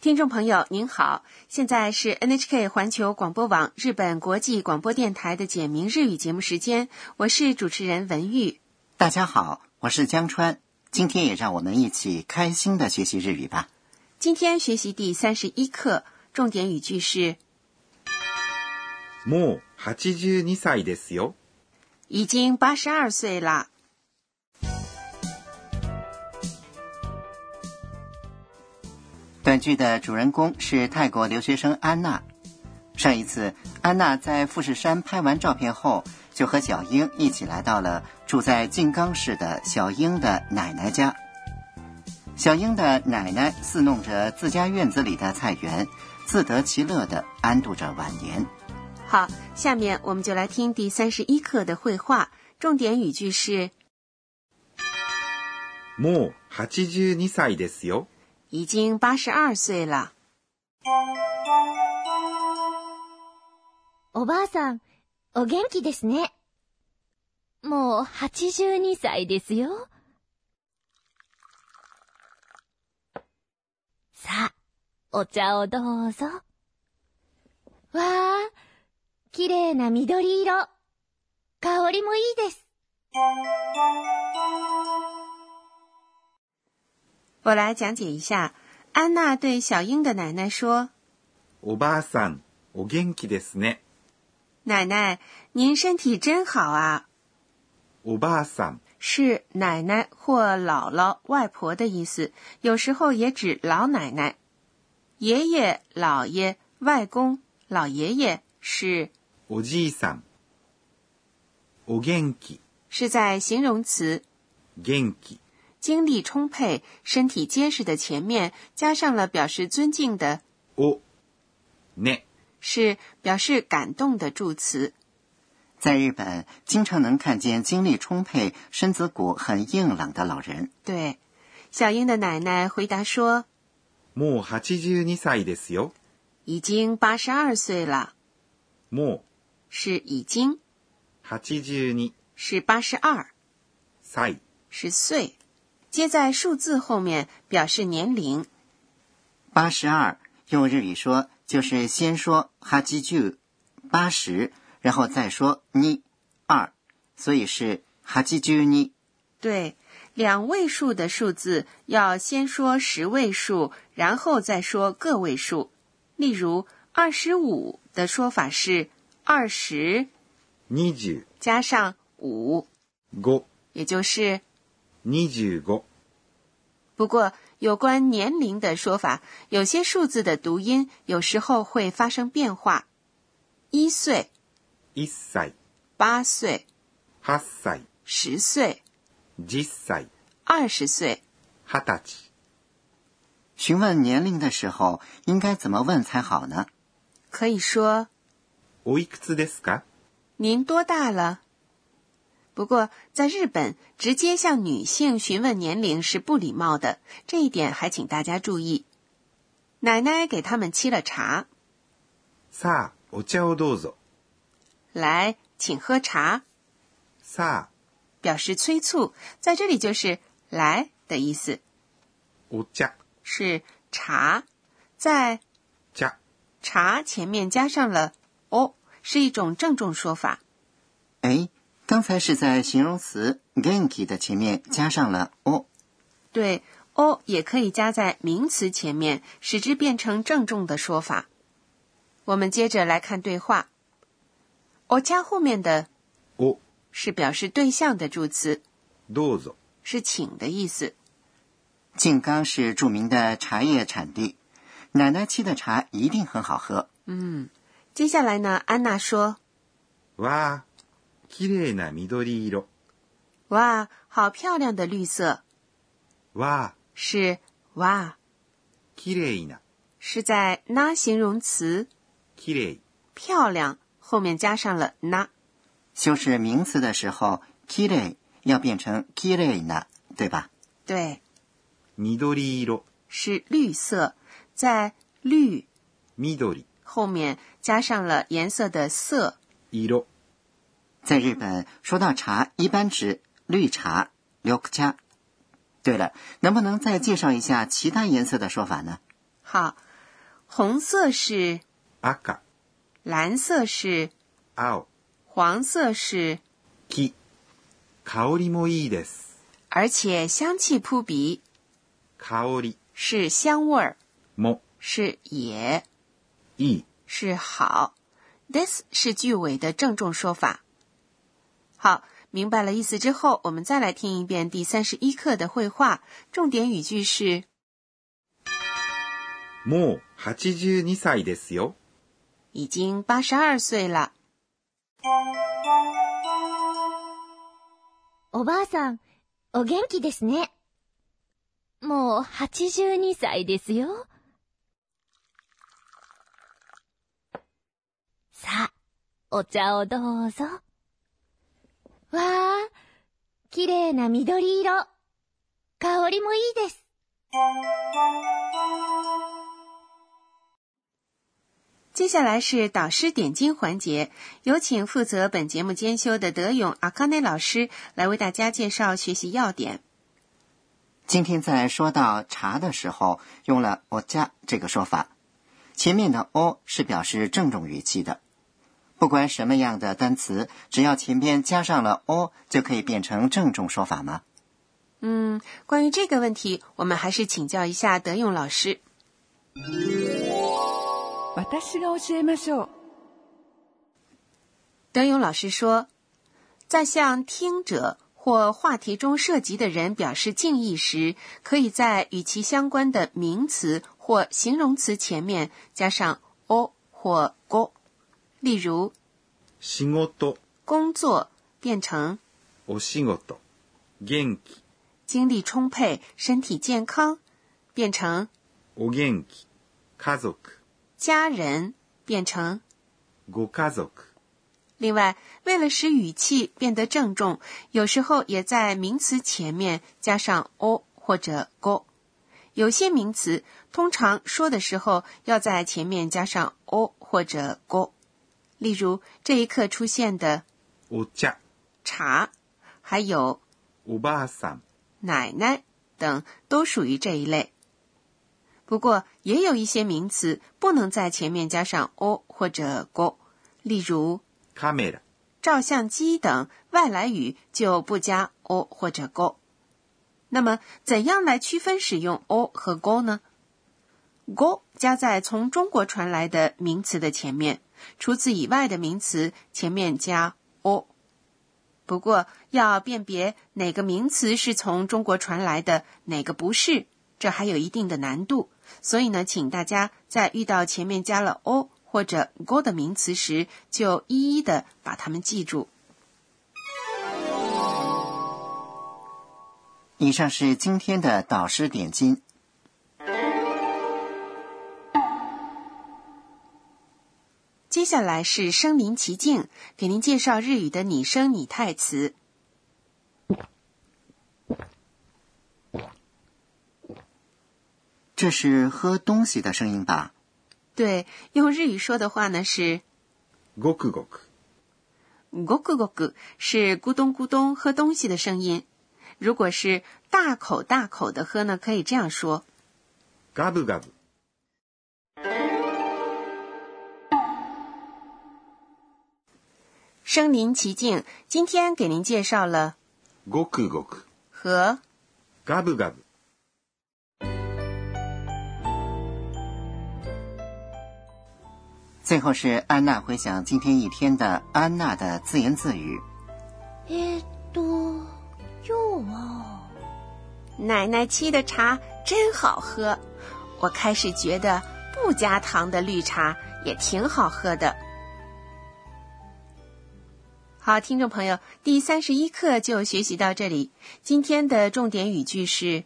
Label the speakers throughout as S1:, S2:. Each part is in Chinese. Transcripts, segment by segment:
S1: 听众朋友您好，现在是 NHK 环球广播网日本国际广播电台的简明日语节目时间，我是主持人文玉。
S2: 大家好，我是江川，今天也让我们一起开心的学习日语吧。
S1: 今天学习第三十一课，重点语句是
S3: もう82歳ですよ。
S1: 已经八十二岁了。
S2: 短剧的主人公是泰国留学生安娜。上一次，安娜在富士山拍完照片后，就和小英一起来到了住在静冈市的小英的奶奶家。小英的奶奶侍弄着自家院子里的菜园，自得其乐地安度着晚年。
S1: 好，下面我们就来听第三十一课的绘画，重点语句是
S3: もう82歳ですよ。
S1: 已经八十二岁了。
S4: おばあさん、お元気ですね。もう82歳ですよ。さあ、お茶をどうぞ。わあ、綺麗な緑色。香りもいいです。
S1: 我来讲解一下，安娜对小英的奶奶说
S3: おばあさん、お元気ですね。：“
S1: 奶奶，您身体真好啊。
S3: おばあさん、”
S1: 是奶奶或姥姥、外婆的意思，有时候也指老奶奶。爷爷、姥爷、外公、老爷爷是
S3: おじいさん。お元気、
S1: 是在形容词
S3: 元気。
S1: 精力充沛、身体结实的前面加上了表示尊敬的
S3: お、ね、
S1: 是表示感动的助词。
S2: 在日本，经常能看见精力充沛、身子骨很硬朗的老人。
S1: 对，小英的奶奶回答说
S3: もう82歳ですよ。：“
S1: 已经八十二岁了，
S3: も
S1: 是已经，
S3: う82
S1: 是八十二，
S3: 歳
S1: 是岁。”接在数字后面表示年龄。
S2: 八十二，用日语说就是先说哈基句八十，然后再说你二，所以是哈基句你。
S1: 对，两位数的数字要先说十位数，然后再说个位数。例如，二十五的说法是二十
S3: 25、
S1: 加上五，也就是。
S3: 25。
S1: 不过，有关年龄的说法，有些数字的读音有时候会发生变化。一岁、
S3: 1歳、
S1: 八岁、
S3: 8歳、
S1: 十岁、
S3: 10歳、
S1: 二十岁。
S3: 20歳。
S2: 询问年龄的时候应该怎么问才好呢？
S1: 可以说
S3: おいくつですか
S1: “您多大了”。不过，在日本，直接向女性询问年龄是不礼貌的，这一点还请大家注意。奶奶给他们沏了茶，
S3: さあ、お茶をどうぞ。
S1: 来，请喝茶，
S3: さあ、
S1: 表示催促，在这里就是“来”的意思。
S3: お茶、
S1: 是茶，在
S3: 茶。
S1: 茶前面加上了哦，是一种郑重说法。
S2: 哎，刚才是在形容词 genki 的前面加上了哦。
S1: 对，哦也可以加在名词前面，使之变成郑重的说法。我们接着来看对话。哦加后面的
S3: お、
S1: 是表示对象的助词，
S3: どうぞ。
S1: 是请的意思。
S2: 静冈是著名的茶叶产地，奶奶沏的茶一定很好喝。
S1: 接下来呢，安娜说
S3: わあ、綺麗な緑色。：“
S1: 哇，好漂亮的绿色！”
S3: わあ、
S1: 是哇，
S3: 綺麗な、
S1: 是在那形容词
S3: 綺麗。
S1: 漂亮后面加上了那。
S2: 修饰名词的时候 k i r e 要变成 k i r e 呢，对吧？
S1: 对，
S3: 緑色、
S1: 是绿色，在绿
S3: 緑、
S1: 后面加上了颜色的色。
S3: 色。
S2: 在日本，说到茶，一般指绿茶 l o k c h a 对了，能不能再介绍一下其他颜色的说法呢？
S1: 好，红色是，
S3: 赤、
S1: 蓝色是，
S3: 青、
S1: 黄色是，
S3: 木。香りもいいです。
S1: 而且香气扑鼻，
S3: 香り
S1: 是香味儿，
S3: も
S1: 是也，
S3: いい。
S1: 是好。This 是句尾的郑重说法。好，明白了意思之后，我们再来听一遍第三十一课的绘画，重点语句是
S3: もう82歳ですよ。
S1: “已经八十二岁了
S4: おばあさん、お元気ですね。もう82歳ですよ。さあ、お茶をどうぞ。わあ、綺麗な緑色。香りもいいです。”。
S1: 接下来是导师点睛环节，有请负责本节目监修的德勇阿卡内老师来为大家介绍学习要点。
S2: 今天在说到茶的时候，用了“お茶”这个说法，前面的“お”是表示郑重语气的。不管什么样的单词，只要前面加上了“お”，就可以变成郑重说法吗？
S1: 嗯，关于这个问题，我们还是请教一下德勇老师。
S5: 私が教えましょう。
S1: 德勇老师说，在向听者或话题中涉及的人表示敬意时，可以在与其相关的名词或形容词前面加上 “o” 或 “go”。例如，
S3: 仕事、
S1: 工作变成
S3: お仕事。元気、
S1: 精力充沛、身体健康，变成
S3: お元気。家族、
S1: 家人，变成
S3: ご家族。
S1: 另外，为了使语气变得郑重，有时候也在名词前面加上 o 或者 go。有些名词通常说的时候要在前面加上 o 或者 go，例如这一课出现的
S3: お茶、
S1: 茶，还有
S3: おばあさん。
S1: 奶奶等都属于这一类。不过，也有一些名词不能在前面加上 o 或者 go，例如
S3: カメラ、
S1: 照相机等外来语就不加 o 或者 go。那么，怎样来区分使用 o 和 go 呢？go 加在从中国传来的名词的前面，除此以外的名词前面加 o。不过，要辨别哪个名词是从中国传来的，哪个不是，这还有一定的难度。所以呢，请大家在遇到前面加了 o 或者 go 的名词时，就一一的把它们记住。
S2: 以上是今天的导师点睛。
S1: 接下来是身临其境，给您介绍日语的拟声拟态词。
S2: 这是喝东西的声音吧？
S1: 对，用日语说的话呢是
S3: ごくごく。
S1: “ごくごく”，是咕咚咕咚喝东西的声音。如果是大口大口的喝呢，可以这样说
S3: ガブガブ。
S1: “身临其境”。今天给您介绍了
S3: ごくごく。
S1: 和
S3: ガブガブ。
S2: 最后是安娜回想今天一天的安娜的自言自语。
S4: えっと、今日は、
S1: 奶奶沏的茶真好喝。我开始觉得不加糖的绿茶也挺好喝的。好，听众朋友，第三十一课就学习到这里。今天的重点语句是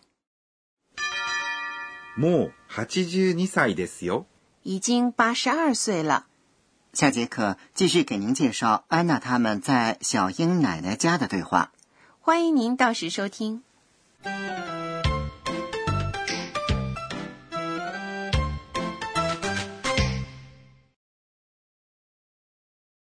S3: もう82歳ですよ。
S1: 已经八十二岁了。
S2: 下节课继续给您介绍安娜他们在小英奶奶家的对话。
S1: 欢迎您到时收听。